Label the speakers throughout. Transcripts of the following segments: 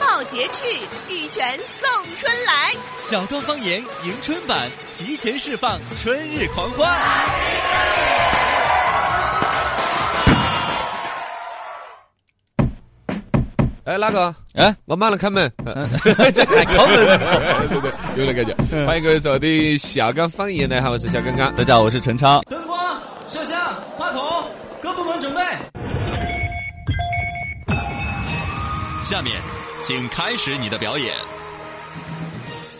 Speaker 1: 报捷去，玉泉送春来。
Speaker 2: 小刚方言迎春版提前释放春日狂欢。
Speaker 3: 哎，哪个？
Speaker 4: 哎，
Speaker 3: 我马上开门。
Speaker 4: 这还搞门错。
Speaker 3: 对对，有点感
Speaker 4: 嗯
Speaker 3: 觉。欢迎各位收听小刚方言呢，好，我是小刚刚。
Speaker 4: 大家好，我是陈超。
Speaker 2: 灯光、摄像、话筒，各部门准备。下面，请开始你的表演。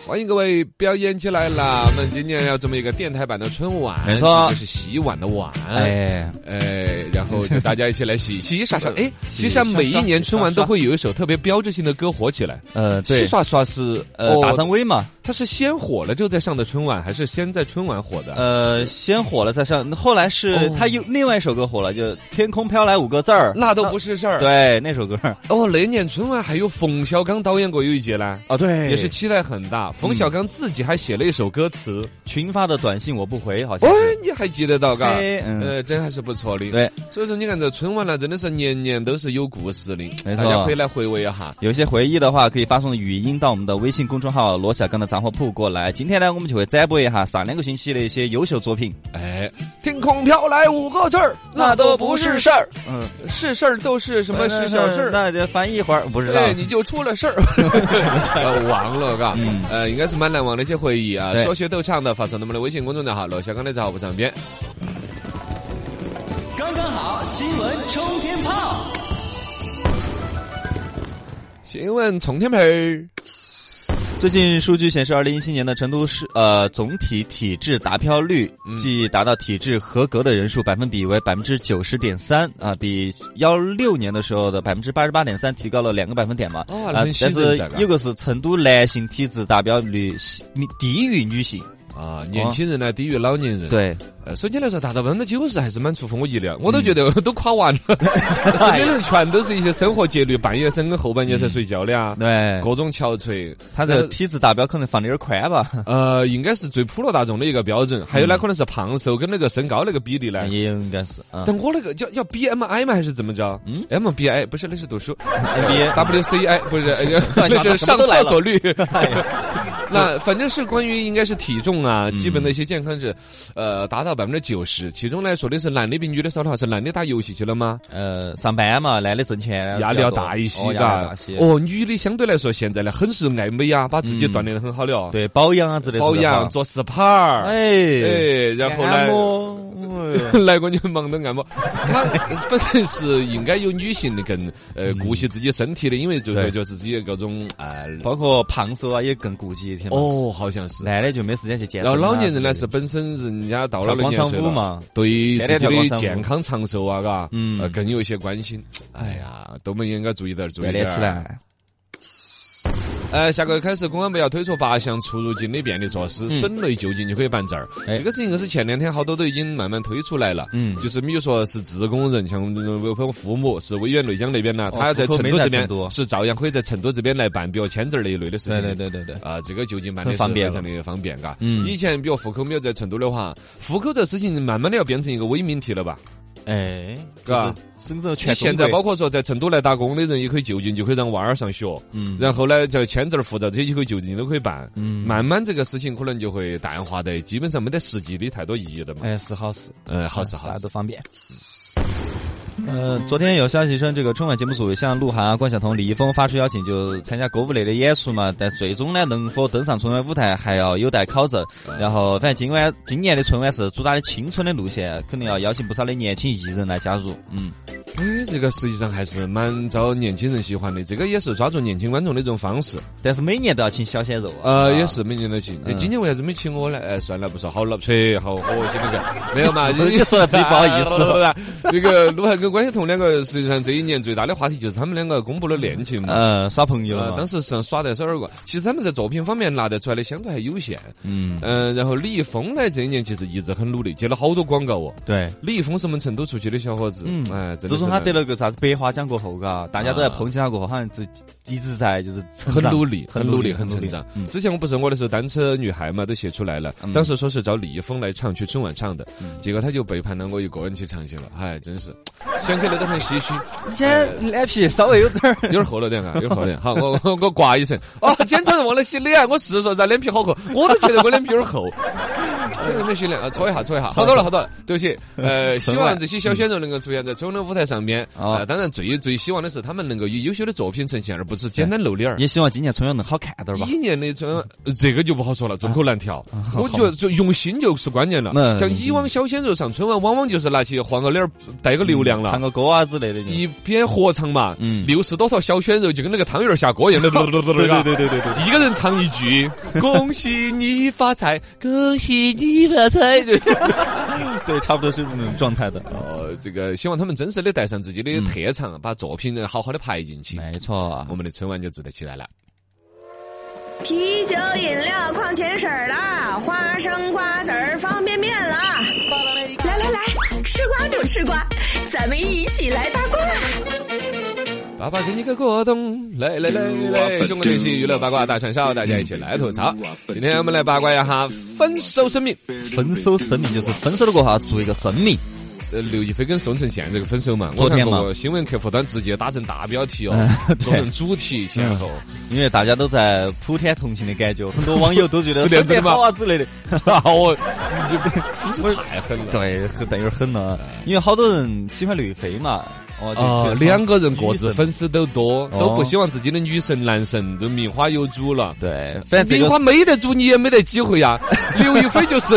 Speaker 3: 欢迎各位表演起来啦！我们今年要这么一个电台版的春晚，
Speaker 4: 没错
Speaker 3: 就是洗碗的碗。哎，
Speaker 4: 哎，
Speaker 3: 然后就大家一起来洗 洗刷刷。哎，其实每一年春晚都会有一首特别标志性的歌火起来。
Speaker 4: 呃，
Speaker 3: 洗
Speaker 4: 对，
Speaker 3: 刷刷是
Speaker 4: 呃，打三，威嘛，
Speaker 3: 它是先火了就在上的春晚，还是先在春晚火的？
Speaker 4: 呃，先火了再上，后来是他又另外一首歌火了，就《天空飘来五个字儿》。
Speaker 3: 那都不是事儿。
Speaker 4: 对，那首歌
Speaker 3: 哦，那年春晚还有冯小刚导演过有一节呢。
Speaker 4: 啊，对
Speaker 3: 也是期待很大，冯小刚自己还写了一首歌词，
Speaker 4: 群发的短信我不回，好
Speaker 3: 哎
Speaker 4: 像是。，
Speaker 3: 你还记得到嘎？
Speaker 4: 哦哎嗯
Speaker 3: 呃，真还是不错的。
Speaker 4: 对，
Speaker 3: 所以说你看这春晚呢，真的是年年都是有故事的，
Speaker 4: 没
Speaker 3: 大
Speaker 4: 错
Speaker 3: 家可以来回味一下。
Speaker 4: 有一些回忆的话，可以发送语音到我们的微信公众号“罗小刚的杂货铺”过来。今天呢，我们就会摘播一下上两个星期的一些优秀作品。
Speaker 3: 哎，天空飘来五个字儿，那都不是事儿，
Speaker 4: 嗯，
Speaker 3: 是事儿都是什么是小事儿。
Speaker 4: 那就翻译一会儿，不知道。
Speaker 3: 对，你就出了事 儿，呃忘了，嘎，
Speaker 4: 嗯
Speaker 3: 呃，应该是蛮难忘的一些回忆啊。
Speaker 4: 对
Speaker 3: 说学逗唱的，发送到我们的微信公众号“罗小刚的账号上边。
Speaker 2: 刚刚好，新闻冲天炮。
Speaker 3: 新闻冲天炮儿，
Speaker 4: 最近数据显示，二零一七年的成都市呃总体体质达标率，
Speaker 3: 嗯
Speaker 4: 即达到体质合格的人数百分比为百分之九十点三啊，比幺六年的时候的百分之八十八点三提高了两个百分点嘛。
Speaker 3: 哦
Speaker 4: 啊，
Speaker 3: 那
Speaker 4: 但
Speaker 3: 很吸引
Speaker 4: 是
Speaker 3: 噻嘎
Speaker 4: 有个是成都男性体质达标率低于女性，
Speaker 3: 啊，年轻人呢低于老年人。
Speaker 4: 对，
Speaker 3: 呃，首先来说，达到百分之九十还是蛮出乎我意料，我都觉得
Speaker 4: 嗯
Speaker 3: 都 垮完了。身边人全都是一些生活节律，半夜深更后半夜才睡觉的啊，
Speaker 4: 嗯对，
Speaker 3: 各种憔悴。
Speaker 4: 他这个体质达标可能放的有点宽吧，
Speaker 3: 呃，应该是最普罗大众的一个标准。还有
Speaker 4: 嗯
Speaker 3: 呢，可能是胖瘦跟那个身高那个比例呢。
Speaker 4: 也应该是啊
Speaker 3: 但我那个叫叫 BMI 吗？还是怎么着？
Speaker 4: 嗯
Speaker 3: 嗯，MBI 不是，那是读书。
Speaker 4: ，NBA。
Speaker 3: WCI 不是，呃
Speaker 4: 然
Speaker 3: 那
Speaker 4: 什
Speaker 3: 是上
Speaker 4: 么都来
Speaker 3: 厕
Speaker 4: 了
Speaker 3: 所率。
Speaker 4: 哎呀
Speaker 3: 那反正是关于应该是体重啊，
Speaker 4: 嗯
Speaker 3: 基本的一些健康值，呃，达到百分之九十。其中来说的是男的比女的少的话，是男的打游戏去了吗？
Speaker 4: 呃，上班嘛，男的挣钱
Speaker 3: 压力要大一些，
Speaker 4: 哦压力
Speaker 3: 嘎
Speaker 4: 大一些。嗯
Speaker 3: 哦，女的相对来说现在呢，很是爱美啊，把自己锻炼得很好了，
Speaker 4: 对保养啊之类的
Speaker 3: 保养、做 SPA，
Speaker 4: 哎，
Speaker 3: 哎，然后
Speaker 4: 按
Speaker 3: 呢？
Speaker 4: 摩
Speaker 3: 来过你们忙的按摩，她本身是应该有女性的更呃顾惜自己身体的，因为就
Speaker 4: 对
Speaker 3: 就自己各种呃
Speaker 4: 包括胖瘦啊也更顾忌一些嘛。
Speaker 3: 哦，好像是。
Speaker 4: 男的就没时间去健身
Speaker 3: 然
Speaker 4: 啊。
Speaker 3: 后老年人呢
Speaker 4: 之类
Speaker 3: 是
Speaker 4: 的
Speaker 3: 本身人家到了
Speaker 4: 跳
Speaker 3: 那个
Speaker 4: 广
Speaker 3: 年
Speaker 4: 场
Speaker 3: 岁
Speaker 4: 舞
Speaker 3: 了，
Speaker 4: 嘛，
Speaker 3: 对
Speaker 4: 天
Speaker 3: 自
Speaker 4: 天
Speaker 3: 己
Speaker 4: 跳广
Speaker 3: 的
Speaker 4: 场舞
Speaker 3: 健康长寿啊，嘎，
Speaker 4: 嗯
Speaker 3: 呃，更有一些关心。哎呀，都们应该注意点儿，注意
Speaker 4: 锻
Speaker 3: 点
Speaker 4: 炼
Speaker 3: 儿
Speaker 4: 起。来。
Speaker 3: 呃，下个月开始，公安部要推出八项出入境的便利措施，省内就近就可以办证儿。
Speaker 4: 嗯哎
Speaker 3: 这个事情是前两天好多都已经慢慢推出来了。
Speaker 4: 嗯，
Speaker 3: 就是比如说是自工人，像我们父母是委员内江那边呢，他要在
Speaker 4: 户口
Speaker 3: 成
Speaker 4: 哦没
Speaker 3: 都
Speaker 4: 在
Speaker 3: 这
Speaker 4: 成都
Speaker 3: 边是照样可以在成都这边来办，比如签证儿那一类的事情。
Speaker 4: 对对对对对，
Speaker 3: 啊，这个就近办的
Speaker 4: 很
Speaker 3: 是
Speaker 4: 方便
Speaker 3: 非
Speaker 4: 了
Speaker 3: 常的方便，嘎。
Speaker 4: 嗯
Speaker 3: 以前比如户口没有在成都的话，户口这事情慢慢的要变成一个伪命题了吧？
Speaker 4: 哎，就
Speaker 3: 嘎
Speaker 4: 是深圳
Speaker 3: 你
Speaker 4: 全
Speaker 3: 现在包括说在成都来打工的人，也可以就近就可以让娃儿上学，
Speaker 4: 嗯
Speaker 3: 然后呢，就签证儿、护照这些就可以就近都可以办。
Speaker 4: 嗯
Speaker 3: 慢慢这个事情可能就会淡化的，基本上没得实际的太多意义了嘛。
Speaker 4: 哎是好事，
Speaker 3: 嗯，好事好
Speaker 4: 大家
Speaker 3: 事
Speaker 4: 都。方便。呃，昨天有消息称，这个春晚节目组向鹿晗啊、关晓彤、李易峰发出邀请，就参加歌舞类的演出嘛。但最终呢，能否登上春晚舞台，还要有待考证。然后，反正今晚今年的春晚是主打的青春的路线，肯定要邀请不少的年轻艺人来加入。嗯，
Speaker 3: 哎，这个实际上还是蛮招年轻人喜欢的，这个也是抓住年轻观众的一种方式。
Speaker 4: 但是每年都要请小鲜肉啊。
Speaker 3: 呃，
Speaker 4: 啊
Speaker 3: 也。是每年都请。这今年为啥子没请我呢？哎，算了，不说，好了，吹，好恶心的个，没 有嘛，
Speaker 4: 自己说了自己不好意思
Speaker 3: 不不不 这个鹿晗跟关晓彤两个，实际上这一年最大的话题就是他们两个公布了恋情嘛。
Speaker 4: 呃，耍朋友
Speaker 3: 呃
Speaker 4: 了嘛。
Speaker 3: 当时实际上耍得少点儿过，其实他们在作品方面拿得出来的相对还有限。
Speaker 4: 嗯，
Speaker 3: 嗯、然后李易峰呢，这一年其实一直很努力，接了好多广告哦。
Speaker 4: 对。
Speaker 3: 李易峰是我们成都出去的小伙子，
Speaker 4: 嗯
Speaker 3: 哎，真的
Speaker 4: 自从他
Speaker 3: 是
Speaker 4: 得了个啥子百花奖过后，嘎，大家都在抨击他过后，好像就一直在就是成
Speaker 3: 很
Speaker 4: 长
Speaker 3: 努力，
Speaker 4: 很
Speaker 3: 努力，
Speaker 4: 很
Speaker 3: 很
Speaker 4: 努
Speaker 3: 成
Speaker 4: 力
Speaker 3: 长。
Speaker 4: 嗯
Speaker 3: 之前我不是我的时候，单车女孩嘛都写出来了，
Speaker 4: 嗯
Speaker 3: 当时说是找李易峰来唱去春晚唱的，结果他就背叛了我一个人去唱去了，哎，真是想起来都很唏嘘，
Speaker 4: 以前脸皮稍微有点儿
Speaker 3: 有点厚了点啊，有点厚了点。好，我我我挂一层。哦，今天早上忘了洗脸，我是说噻，脸皮好厚，我都觉得我脸皮有点厚。这个没洗脸啊，搓一下搓一下，好多了好多了，对不起。呃，希望这些小鲜肉能够出现在春晚的舞台上边
Speaker 4: 哦
Speaker 3: 啊。当然，最最希望的是他们能够有优秀的作品呈现，而不是简单露脸儿。
Speaker 4: 也希望今年春晚能好看点儿吧。
Speaker 3: 一年的春晚，呃这个就不好说了，众口难调。我觉得就用心就是关键
Speaker 4: 那
Speaker 3: 了。像以往小鲜肉上春晚，往往就是拿起黄个脸儿带个流量了
Speaker 4: 唱。个歌啊之类的就。
Speaker 3: 一边合唱嘛，
Speaker 4: 嗯
Speaker 3: 六十多条小鲜肉就跟那个汤圆儿下 锅一样的，对对对
Speaker 4: 对对对对对对，
Speaker 3: 一个人唱一句“恭喜你发财，恭喜你发财”， 就
Speaker 4: 对，差不多是这种状态的。
Speaker 3: 哦，这个希望他们真实的带上自己的特长，把作品好好的排进去，啊
Speaker 4: 没错
Speaker 3: 我，们的春晚就值得期待了。
Speaker 1: 啤酒、饮料、矿泉水啦，花生、瓜子儿、方便面啦。来来来，吃瓜就吃瓜，咱们一起来八卦。
Speaker 3: 爸爸给你个果冻，来来来
Speaker 4: 嗯
Speaker 3: 来！中国流行娱乐八卦大串烧，大家一起来吐槽。
Speaker 4: 嗯
Speaker 3: 今天我们来八卦一下分手生命，
Speaker 4: 分手声明就是分手了过后要做一个声明。
Speaker 3: 呃，刘亦菲跟宋承宪这个分手嘛，
Speaker 4: 昨天嘛哎
Speaker 3: 我看过新闻客户端直接打成大标题哦， 做成主题，然后
Speaker 4: 因为大家都在普天同庆的感 觉，很多网友都觉得
Speaker 3: 是的
Speaker 4: 特别好 啊之类的。我
Speaker 3: 这啊真是太狠了。
Speaker 4: 对，很有点狠了，因为好多人喜欢刘亦菲嘛。 哦，就
Speaker 3: 哦，
Speaker 4: 就
Speaker 3: 两个人各自粉丝都多，
Speaker 4: 哦
Speaker 3: 都不希望自己的女神、男神都名花有主了。
Speaker 4: 对，反正哦这
Speaker 3: 名花
Speaker 4: 个
Speaker 3: 没得主，你也没得机会 呀。刘亦菲就是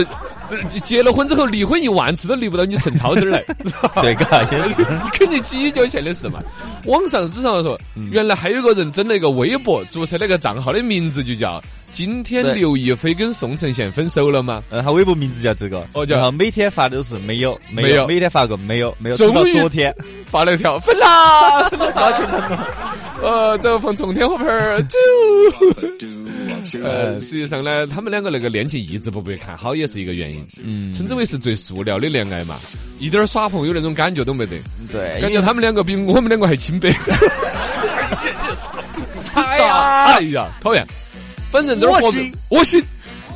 Speaker 3: 呃结了婚之后离婚一万次都离不到你陈超这 儿来。
Speaker 4: 对嘎也是。
Speaker 3: 肯定几角钱的事嘛。网上至少说，
Speaker 4: 嗯
Speaker 3: 原来还有个人整了一个微博，注册了个账号的名字就叫“今天
Speaker 4: 对
Speaker 3: 刘亦菲跟宋承宪分手了吗
Speaker 4: 呃，他微博名字叫这个，
Speaker 3: 哦叫
Speaker 4: 然后每天发的都是没有，
Speaker 3: 没有
Speaker 4: 有，每天发个没有，没有，
Speaker 3: 终
Speaker 4: 直到
Speaker 3: 于
Speaker 4: 昨天，？”
Speaker 3: 发了一条分 啦，
Speaker 4: 高兴的，
Speaker 3: 呃，走放冲天火盆儿，走。呃，实际上呢，他们两个那个恋情一直不被看好，也是一个原因。
Speaker 4: 嗯，
Speaker 3: 称之为是最塑料的恋爱嘛，一点儿耍朋友那种感觉都没得，
Speaker 4: 对，
Speaker 3: 感觉他们两个比我们两个还清白。
Speaker 4: 哎
Speaker 3: 哎呀，讨厌！反正这儿
Speaker 4: 恶
Speaker 3: 活
Speaker 4: 心
Speaker 3: 恶心，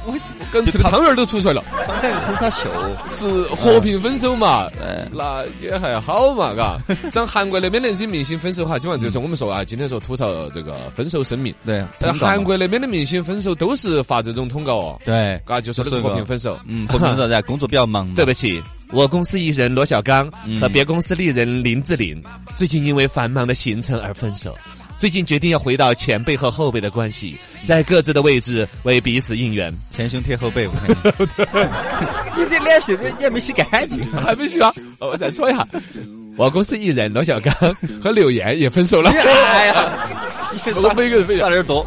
Speaker 4: 我
Speaker 3: 刚吃的汤圆儿都出 出来了。
Speaker 4: 他们两个很少秀，
Speaker 3: 是和平分手嘛
Speaker 4: 对，
Speaker 3: 那也还好嘛，嘎。像韩国那边那些明星分手哈，基本上就是我们说啊，今天说吐槽这个分手声明。
Speaker 4: 对，
Speaker 3: 呃，
Speaker 4: 通告嘛
Speaker 3: 韩国那边的明星分手都是发这种通告哦，
Speaker 4: 对，
Speaker 3: 嘎，就说的
Speaker 4: 就是是个
Speaker 3: 和平分手。
Speaker 4: 嗯，和平分手，工作比较忙嘛，
Speaker 3: 不起，我公司艺人罗小刚
Speaker 4: 和别
Speaker 3: 公司丽人林志玲最近因为繁忙的行程而分手，最近决定要回到前辈和后辈的关系，在各自的位置为彼此应援。
Speaker 4: 前胸贴后背，我看你，你这脸皮子也没洗干净，
Speaker 3: 还没洗啊？哦我再说一下，我公司艺人罗小 刚和柳岩也分 手了。
Speaker 4: 哎呀，
Speaker 3: 我每个人不一
Speaker 4: 耍
Speaker 3: 样，
Speaker 4: 的有点多，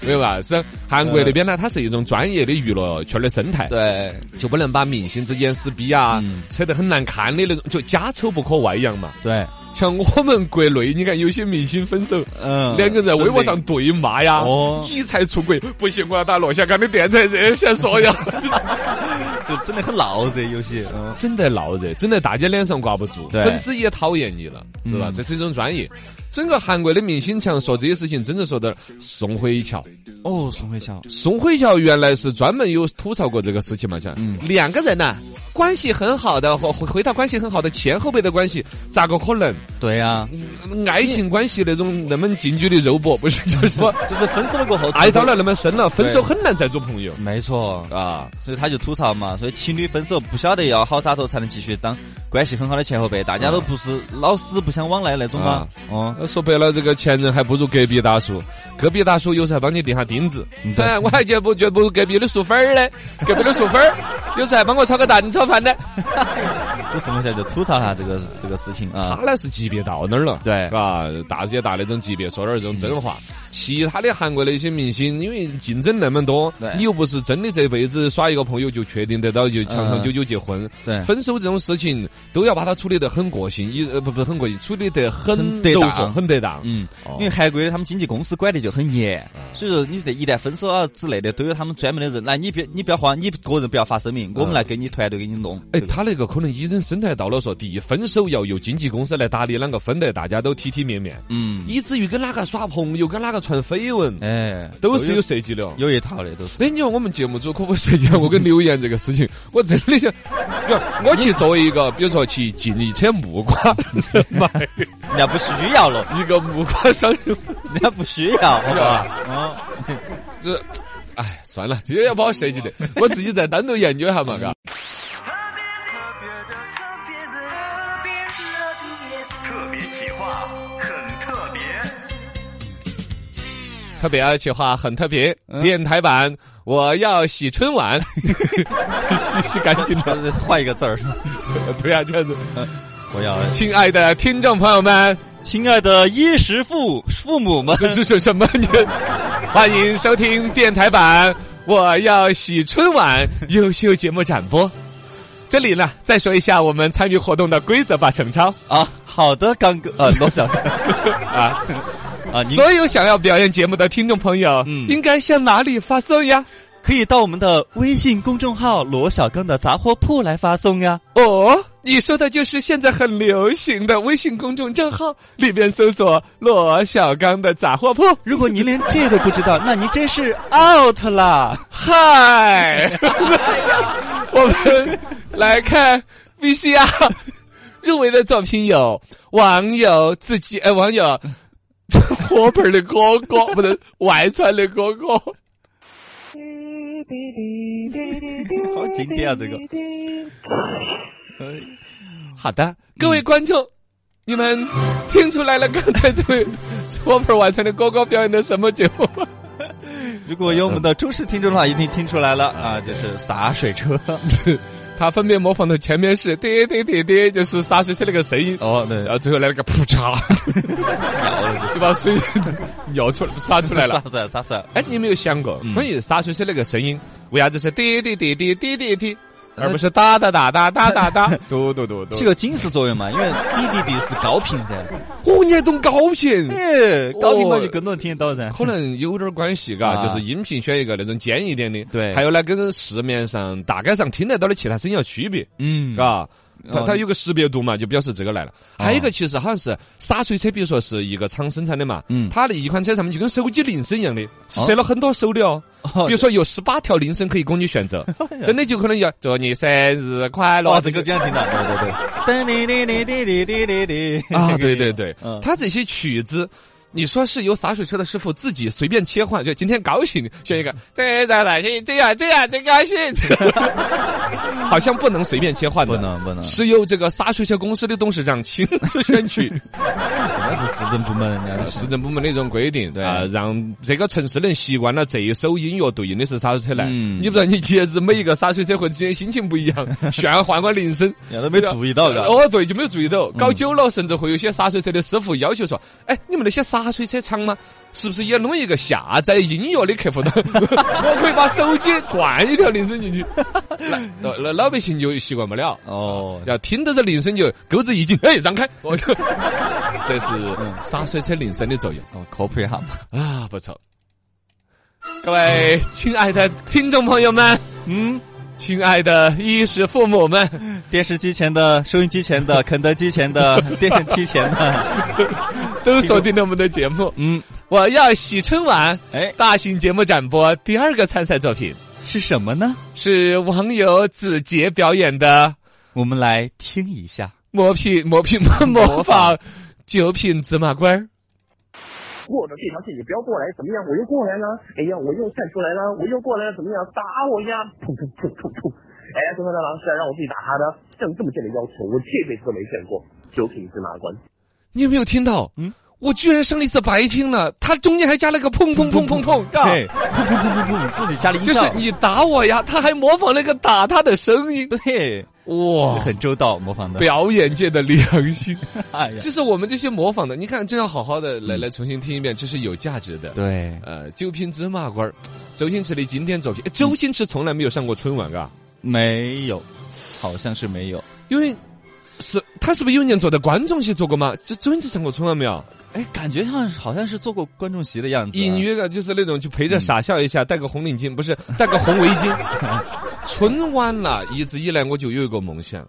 Speaker 3: 没有吧？是韩国那边呢，它是一种专业的娱乐圈的生态，
Speaker 4: 对，
Speaker 3: 就不能把明星之间撕逼啊
Speaker 4: 嗯，
Speaker 3: 扯得很难看的那种，就家丑不可外扬嘛。
Speaker 4: 对，
Speaker 3: 像我们国内，你看有些明星分手，
Speaker 4: 嗯，
Speaker 3: 两个人在微博上对骂呀
Speaker 4: 哦，
Speaker 3: 你才出轨，不行，我要打罗小刚的电台热线说 呀，
Speaker 4: 就真的很闹热，有些，嗯，
Speaker 3: 整得闹热，整得大家脸上挂不住，
Speaker 4: 对
Speaker 3: 粉丝也讨厌你了，是吧？
Speaker 4: 嗯
Speaker 3: 这是一种专业。整个韩国的明星墙说这些事情，真的说的宋慧乔。
Speaker 4: 哦，宋慧乔，
Speaker 3: 宋慧乔原来是专门有吐槽过这个事情嘛，讲、
Speaker 4: 嗯
Speaker 3: 两个人呐、关系很好的，回回到关系很好的前后辈的关系，咋个可能？
Speaker 4: 对呀，
Speaker 3: 嗯爱情关系那种那么近距离肉搏，不是就是 说
Speaker 4: 就是分手了过后，
Speaker 3: 爱到了那么深了，分手很难再做朋友
Speaker 4: 没错，
Speaker 3: 啊。
Speaker 4: 所以他就吐槽嘛，所以情侣分手不晓得要好啥头才能继续当关系很好的前后辈，大家都不是老死不相往来那种嘛。哦，
Speaker 3: 呃说白了，这个前任还不如隔壁大叔，隔壁大叔有时候还帮你钉下钉子
Speaker 4: 嗯，对
Speaker 3: 哎，我还觉不觉不如隔壁的树粉儿 嘞，隔壁的树粉儿有时候还帮我炒个蛋炒饭呢。
Speaker 4: 嗯这宋慧乔就吐槽他这个这个事情
Speaker 3: 他
Speaker 4: 啊。
Speaker 3: 那是级别到那儿了，
Speaker 4: 对嗯
Speaker 3: 嘎，大姐大那种级别说点儿这种真话。其他的韩国的一些明星，因为竞争那么多
Speaker 4: 对，
Speaker 3: 你又不是真的这辈子耍一个朋友就确定得到就长长久久结婚，
Speaker 4: 嗯对
Speaker 3: 分手这种事情都要把它处理得很个性，一呃不不很个性，处理得很
Speaker 4: 很得
Speaker 3: 柔
Speaker 4: 当
Speaker 3: 顺，很得当。
Speaker 4: 嗯，
Speaker 3: 哦
Speaker 4: 因为韩国的他们经纪公司管的就很严，所以说你这一旦分手啊之类的，都有他们专门的人。来，你别你不要慌，你个人不要发声明，我们来给你团队给你弄。这，
Speaker 3: 哎
Speaker 4: 个
Speaker 3: 他那个可能已经生态到了说，第一分手要由经纪公司来打理，啷个分得大家都体体面面。
Speaker 4: 嗯，
Speaker 3: 以至于跟哪个耍朋友，跟哪个
Speaker 5: 要传绯闻，
Speaker 4: 哎，
Speaker 5: 都是有设计的。
Speaker 4: 有一套的都是。
Speaker 3: 哎，你说我们节目组可不可以设计下我跟刘洋这个事情？ 我真的想，我去做一个，比如说去进一车木瓜， 买
Speaker 4: 人家不需要了，
Speaker 3: 一个木瓜商人，
Speaker 4: 人家不需要，好 吧？嗯，
Speaker 3: 这，哎，算了，这要把我设计的，我自己再单独研究一下嘛，嘎。特别要企划很特别，电台版我要洗春晚， 洗洗干净了。
Speaker 4: 换一个字儿，
Speaker 3: 对啊，这样子。
Speaker 4: 我要
Speaker 3: 亲爱的听众朋友们，
Speaker 4: 亲爱的衣食父父母们，
Speaker 3: 这这是什么？你欢迎收听电台版我要洗春晚优秀节目展播。这里呢，再说一下我们参与活动的规则吧，程超
Speaker 4: 啊，好的，刚哥 啊，罗小刚
Speaker 3: 啊。
Speaker 4: 啊，您
Speaker 3: 所有想要表演节目的听众朋友，
Speaker 4: 嗯
Speaker 3: 应该向哪里发送呀？
Speaker 4: 可以到我们的微信公众号“罗小刚的杂货铺”来发送呀。
Speaker 3: 哦，你说的就是现在很流行的微信公众账号，里边搜索“罗小刚的杂货铺
Speaker 4: 如果您连这都不知道，那您真是 out 啦！”。
Speaker 3: 嗨，我们来看 VCR 入围的作品有网友自己，呃，网 友火盆儿的哥哥，不对，外传的哥哥。
Speaker 4: 好经典啊，这个。
Speaker 3: 好的，各位观众，你们听出来了刚才这位搓盆晚餐的哥哥表演的什么节目吗？
Speaker 4: 如果有我们的忠实听众的话，一定听出来了啊，就是洒水车。
Speaker 3: 他分别模仿的前面是滴滴滴滴，就是洒水车那个声音，
Speaker 4: 哦，对
Speaker 3: 然，后最后来了个扑 嚓，就把水尿出来洒出来 了。
Speaker 4: 洒水，洒水。
Speaker 3: 哎，你有没有想过，
Speaker 4: 嗯
Speaker 3: 关于洒水车那个声音，为啥子是滴滴滴滴滴滴滴，而不是哒哒哒哒哒 哒哒嘟嘟嘟嘟？
Speaker 4: 呃起个警示作用嘛，因为滴滴滴是高频噻，
Speaker 3: 哦，你还懂高频？
Speaker 4: 哎，高频嘛就更多人听得到噻。
Speaker 3: 可能有点儿关系，嘎，
Speaker 4: 啊
Speaker 3: 就是音频选一个那种尖一点的，
Speaker 4: 对
Speaker 3: 还有呢，跟市面上大街上听得到的其他声音要区别，
Speaker 4: 嗯，
Speaker 3: 嘎。它
Speaker 4: 哦
Speaker 3: 它有个识别度嘛，就表示这个来了。还有一个其实好像是洒水车，比如说是一个厂生产的嘛，
Speaker 4: 嗯
Speaker 3: 它的一款车上面就跟手机铃声一样的，设了很多手的哦。比如说有十八条铃声可以供你 选择，真的就可能要祝你生日快乐
Speaker 4: 哎哇，这个经常听到，对对对，噔滴滴滴滴滴滴滴滴
Speaker 3: 啊，对对对
Speaker 4: 嗯，
Speaker 3: 他这些曲子。你说是由洒水车的师傅自己随便切换，就今天高兴
Speaker 4: 嗯
Speaker 3: 选一个，这这这这样这样真高兴， 好像不能随便切换的，
Speaker 4: 不能不能
Speaker 3: 是由这个洒水车公司的董事长亲自选取，
Speaker 4: 人家是市政部门，人家是
Speaker 3: 市政部门的一种规定，
Speaker 4: 对
Speaker 3: 啊，让这个城市人习惯了这一首音乐对应的是洒水车来，
Speaker 4: 嗯
Speaker 3: 你不知道你节日每一个洒水车会之间心情不一 样，炫换个铃声，
Speaker 4: 人家都没注意到，嘎。
Speaker 3: 哦，对，就没有注意到。搞久了，甚至会有些洒水车的师傅要求说：“哎，你们那些洒水车厂吗？是不是也弄一个下载音乐的客户端？ 我可以把手机灌一条铃声进去。那”那老百姓就习惯不了，
Speaker 4: 哦，
Speaker 3: 要听到这铃声就钩子一紧，哎，让开。我就 这是洒水车铃声的作用
Speaker 4: 哦，科普一下嘛。
Speaker 3: 啊，不错。各位亲爱的听众朋友们，
Speaker 4: 嗯，
Speaker 3: 亲爱的衣食父母们，
Speaker 4: 电视机前的、收音机前的、肯德基前的、电梯前的，
Speaker 3: 都锁定了我们的节目。
Speaker 4: 嗯，
Speaker 3: 我要洗春晚，
Speaker 4: 哎，
Speaker 3: 大型节目展播第二个参赛作品
Speaker 4: 是什么呢？
Speaker 3: 是网友子杰表演的
Speaker 4: 我们来听一下。
Speaker 3: 磨皮磨皮模模仿九品芝麻官儿。
Speaker 6: 过着这条线，你不要过来，怎么样？我又过来了，哎呀，我又站出来了，我又过来了，怎么样？打我呀！噗噗噗噗噗！哎呀，中山大郎是然让我自己打他的，像这么贱的要求，我这辈子都没见过。九品芝麻官，
Speaker 3: 你有没有听到？
Speaker 4: 嗯
Speaker 3: 我居然上了一次白听了，他中间还加了个砰砰砰砰砰，嘎
Speaker 4: 对，噗噗噗噗噗，你自己加了音
Speaker 3: 就
Speaker 4: 效
Speaker 3: 是，你打我呀，他还模仿那个打他的声音，
Speaker 4: 对，
Speaker 3: 哇，
Speaker 4: 很周到，模仿的。
Speaker 3: 表演界的良 心。
Speaker 4: 哎呀，
Speaker 3: 这是我们这些模仿的，你看，这样好好的来来重新听一遍，这是有价值的。
Speaker 4: 嗯对，
Speaker 3: 呃，九品芝麻官儿，周星驰的经典作品。哎周星驰从来没有上过春晚，嘎，
Speaker 4: 没有，好像是没有。
Speaker 3: 因为是他是不是有年做的观众席做过嘛？就周星驰上过春晚没有？
Speaker 4: 哎，感觉像是好像是做过观众席的样子啊。
Speaker 3: 隐约的，就是那种就陪着傻笑一下，戴个红领巾，不是戴个红围巾。 春晚啦，一直以来我就有一个梦想，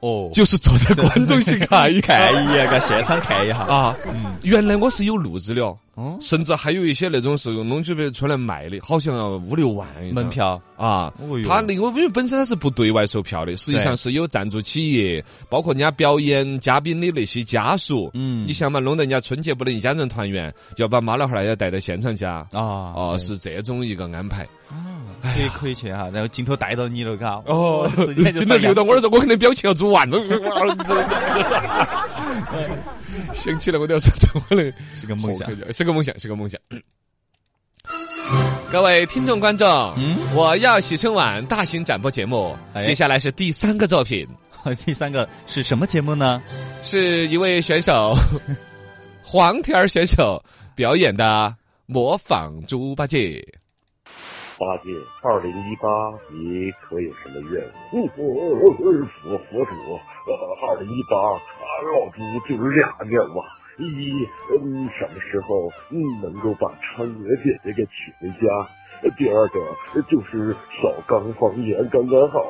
Speaker 4: 哦，
Speaker 3: 就是坐在观众席看一
Speaker 4: 啊看一眼，个现场看一下。
Speaker 3: 啊。
Speaker 4: 嗯
Speaker 3: 原来我是有路子的哦，
Speaker 4: 哦，
Speaker 3: 甚至还有一些那种是弄区别出来卖的，好像要五六万一张
Speaker 4: 门票，
Speaker 3: 啊
Speaker 4: 哦哟。
Speaker 3: 他那个因为本身它是不对外售票的，实际上
Speaker 4: 对
Speaker 3: 是有赞助企业，包括人家表演嘉宾的那些家属。
Speaker 4: 嗯
Speaker 3: 你想嘛，弄得人家春节不能一家人团圆，就要把妈老汉儿要带到现场去啊。
Speaker 4: 啊，
Speaker 3: 哦，
Speaker 4: 哦
Speaker 3: 是这种一个安排。
Speaker 4: 可以可以去哈，然后镜头带到你了，嘎，
Speaker 3: 哦
Speaker 4: 直 接就
Speaker 3: 今
Speaker 4: 上
Speaker 3: 头流
Speaker 4: 扬
Speaker 3: 到我儿子，我肯定表情要煮 完了。想起来我都要上头了。哦
Speaker 4: 是个梦想。
Speaker 3: 是个梦想，是个梦想。各位听众观众，
Speaker 4: 嗯
Speaker 3: 我要喜春晚大型展播节目，
Speaker 4: 哎
Speaker 3: 接下来是第三个作品，
Speaker 4: 第三个是什么节目 呢？
Speaker 3: 是一位选 手黄天儿选手表演的模仿猪八戒。
Speaker 5: 八戒，二零一八，你可有什么愿望？嗯，佛佛祖，呃，二零一八，啊，老猪就是俩愿望。一，嗯，什么时候嗯能够把嫦娥姐姐给娶回家？第二个就是小刚方言刚刚好，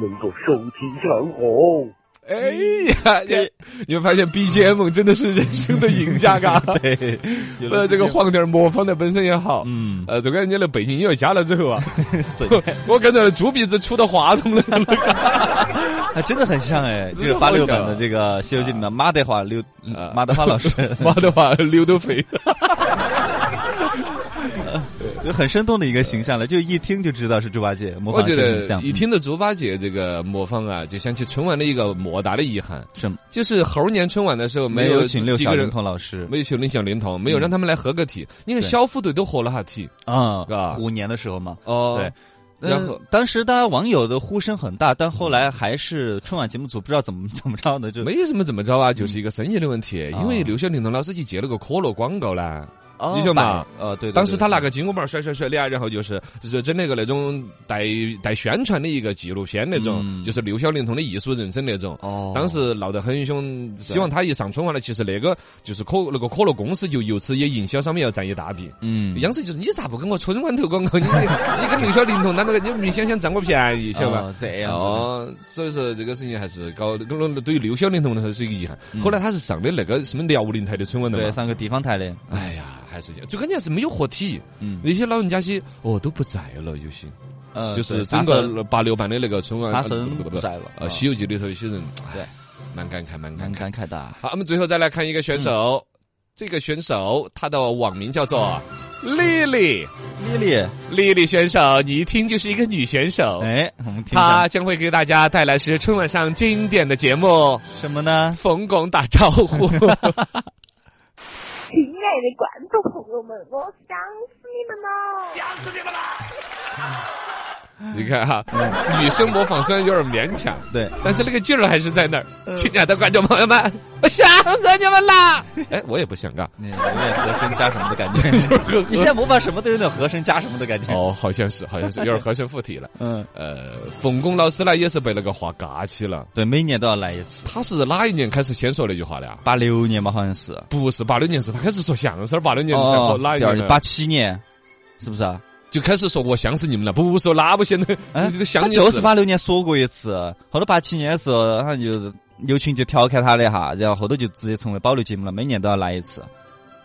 Speaker 5: 能够收听长虹。
Speaker 3: 哎呀，你你会发现 BGM 真的是人生的赢家嘎。
Speaker 4: 对，有
Speaker 3: 呃，
Speaker 4: 了
Speaker 3: 这个黄天儿模仿的本身也好，
Speaker 4: 嗯，
Speaker 3: 呃，这个人家的背景音乐加了之 后啊，
Speaker 4: 所以
Speaker 3: 我感觉猪鼻子杵到话筒了。
Speaker 4: 还真的很像 哎，就
Speaker 3: 真的
Speaker 4: 是
Speaker 3: 好
Speaker 4: 八六
Speaker 3: 像
Speaker 4: 版的这个《西游记》里面马德华刘
Speaker 3: 啊
Speaker 4: 马德华老师，
Speaker 3: 妈的话，流都肥。
Speaker 4: 就很生动的一个形象了，就一听就知道是猪八戒，模
Speaker 3: 我
Speaker 4: 仿
Speaker 3: 觉
Speaker 4: 是
Speaker 3: 得
Speaker 4: 很像。嗯
Speaker 3: 一听到猪八戒这个模仿啊，就想起春晚的一个莫大的遗憾，
Speaker 4: 嗯什么
Speaker 3: 就是猴年春晚的时候
Speaker 4: 没
Speaker 3: 有
Speaker 4: 有请六
Speaker 3: 几
Speaker 4: 小
Speaker 3: 个
Speaker 4: 龄
Speaker 3: 人。
Speaker 4: 童老师
Speaker 3: 没有请六小龄童，没有让他们来合个体。你看
Speaker 4: 对
Speaker 3: 小虎队都合了哈体
Speaker 4: 啊
Speaker 3: 是吧，
Speaker 4: 虎年的时候嘛。
Speaker 3: 哦
Speaker 4: 对，
Speaker 3: 然
Speaker 4: 呃
Speaker 3: 后
Speaker 4: 当时大家网友的呼声很大，但后来还是春晚节目组不知道怎么 怎么着的，就
Speaker 3: 没有什么怎么着啊，就是一个生意的问题。
Speaker 4: 嗯
Speaker 3: 因为六小龄童老师去接了个可乐广告呢，
Speaker 4: 哦
Speaker 3: 你晓得嘛
Speaker 4: 摆呃，对，对
Speaker 3: 当时
Speaker 4: 对
Speaker 3: 他
Speaker 4: 对
Speaker 3: 拿个金箍棒甩甩甩的啊，然后就是就是整那个那种带带宣传的一个纪录片那种，
Speaker 4: 嗯
Speaker 3: 就是六小龄童的艺术人生那种。
Speaker 4: 哦，啊
Speaker 3: 当时闹得很凶，希望他一上春晚了，其实那个就是可那个可乐公司就由此也营销上面要占一大笔。
Speaker 4: 嗯，
Speaker 3: 央视就是你咋不跟我春晚投广告？你你跟六小龄童他那个你明显想占我便宜，晓得吧
Speaker 4: 哦？这样子
Speaker 3: 哦，所以说这个事情还是搞，对于六小龄童来说是一个遗憾。啊后来他是上的那个什么辽宁台的春晚的
Speaker 4: 嗯对，
Speaker 3: 嘛，
Speaker 4: 上个地方台的，
Speaker 3: 哎呀，还是一样最关键是没有合体，
Speaker 4: 嗯，
Speaker 3: 那些老人家些哦都不在了，有些
Speaker 4: 呃，
Speaker 3: 就是
Speaker 4: 对沙
Speaker 3: 整
Speaker 4: 僧
Speaker 3: 个八六版的那个春晚，
Speaker 4: 沙僧
Speaker 3: 呃不不不
Speaker 4: 不在了
Speaker 3: 呃，《
Speaker 4: 啊
Speaker 3: 西游记》里头有些人，
Speaker 4: 对
Speaker 3: 哎，蛮感慨，蛮
Speaker 4: 蛮
Speaker 3: 感
Speaker 4: 感慨嗯
Speaker 3: 慨。
Speaker 4: 的，
Speaker 3: 好，我们最后再来看一个选手，这个选手他的网名叫做
Speaker 4: 嗯
Speaker 3: 丽丽，
Speaker 4: 丽丽，
Speaker 3: 丽丽选手，你一听就是一个女选手。
Speaker 4: 哎，我们听一
Speaker 3: 她
Speaker 4: 下
Speaker 3: 将会给大家带来是春晚上经典的节目《
Speaker 4: 什么呢？
Speaker 3: 冯巩打招呼》。
Speaker 7: 亲爱的观众朋友们，我想死你们了！
Speaker 3: 你看哈、女生模仿虽然有点勉强，
Speaker 4: 对，
Speaker 3: 但是那个劲儿还是在那儿。亲爱的观众朋友们，我想死你们啦！哎，我也不想啊。
Speaker 4: 那有点和声加什么的感 觉，你现在模仿什么都有点和声加什么的感觉，
Speaker 3: 哦，好像是，好像是有点和声附体了。
Speaker 4: 嗯，
Speaker 3: 呃，冯巩老师呢也是被那个话尬起了。
Speaker 4: 对，每年都要来一次，
Speaker 3: 他是哪一年开始先说那句话的啊？
Speaker 4: 八六年吧，好像是，
Speaker 3: 不是八六年，是他开始说相声，八六年才和
Speaker 4: 哦
Speaker 3: 哪一
Speaker 4: 第
Speaker 3: 年
Speaker 4: 二
Speaker 3: 呢？
Speaker 4: 八七年，是不是啊？
Speaker 3: 就开始说我相信你们了，不说哪不行的，
Speaker 4: 哎
Speaker 3: 你这
Speaker 4: 他
Speaker 3: 想你
Speaker 4: 就
Speaker 3: 死
Speaker 4: 是
Speaker 3: 了
Speaker 4: 八六年说过一次，后头八七年的时候，好像就是牛群就调侃他了一下，然后后头就直接成为保留节目了，每年都要来一次。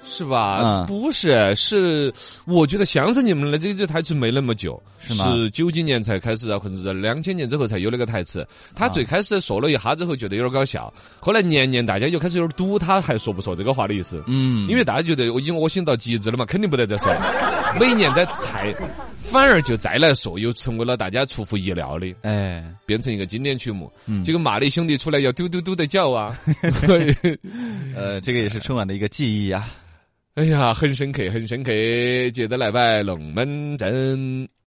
Speaker 3: 是吧？
Speaker 4: 嗯
Speaker 3: 不是，是我觉得相信你们了这句台词没那么久，
Speaker 4: 是吗
Speaker 3: 是九几年才开始啊，或者是两千年之后才有那个台词。他
Speaker 4: 啊
Speaker 3: 最开始说了一下之后觉得有点搞笑，后来年年大家又开始有点赌他还说不说这个话的意思。
Speaker 4: 嗯
Speaker 3: 因为大家觉得我已经恶心到极致了嘛，肯定不 得再说了。每年在才，反而就再来说，又成为了大家出乎意料的，
Speaker 4: 哎，
Speaker 3: 变成一个经典曲目。
Speaker 4: 嗯
Speaker 3: 结果马丽兄弟出来要丢丢丢的叫 啊，
Speaker 4: 呃，这个也是春晚的一个记忆啊。
Speaker 3: 哎呀，很深刻，很深刻，觉得来摆龙门阵。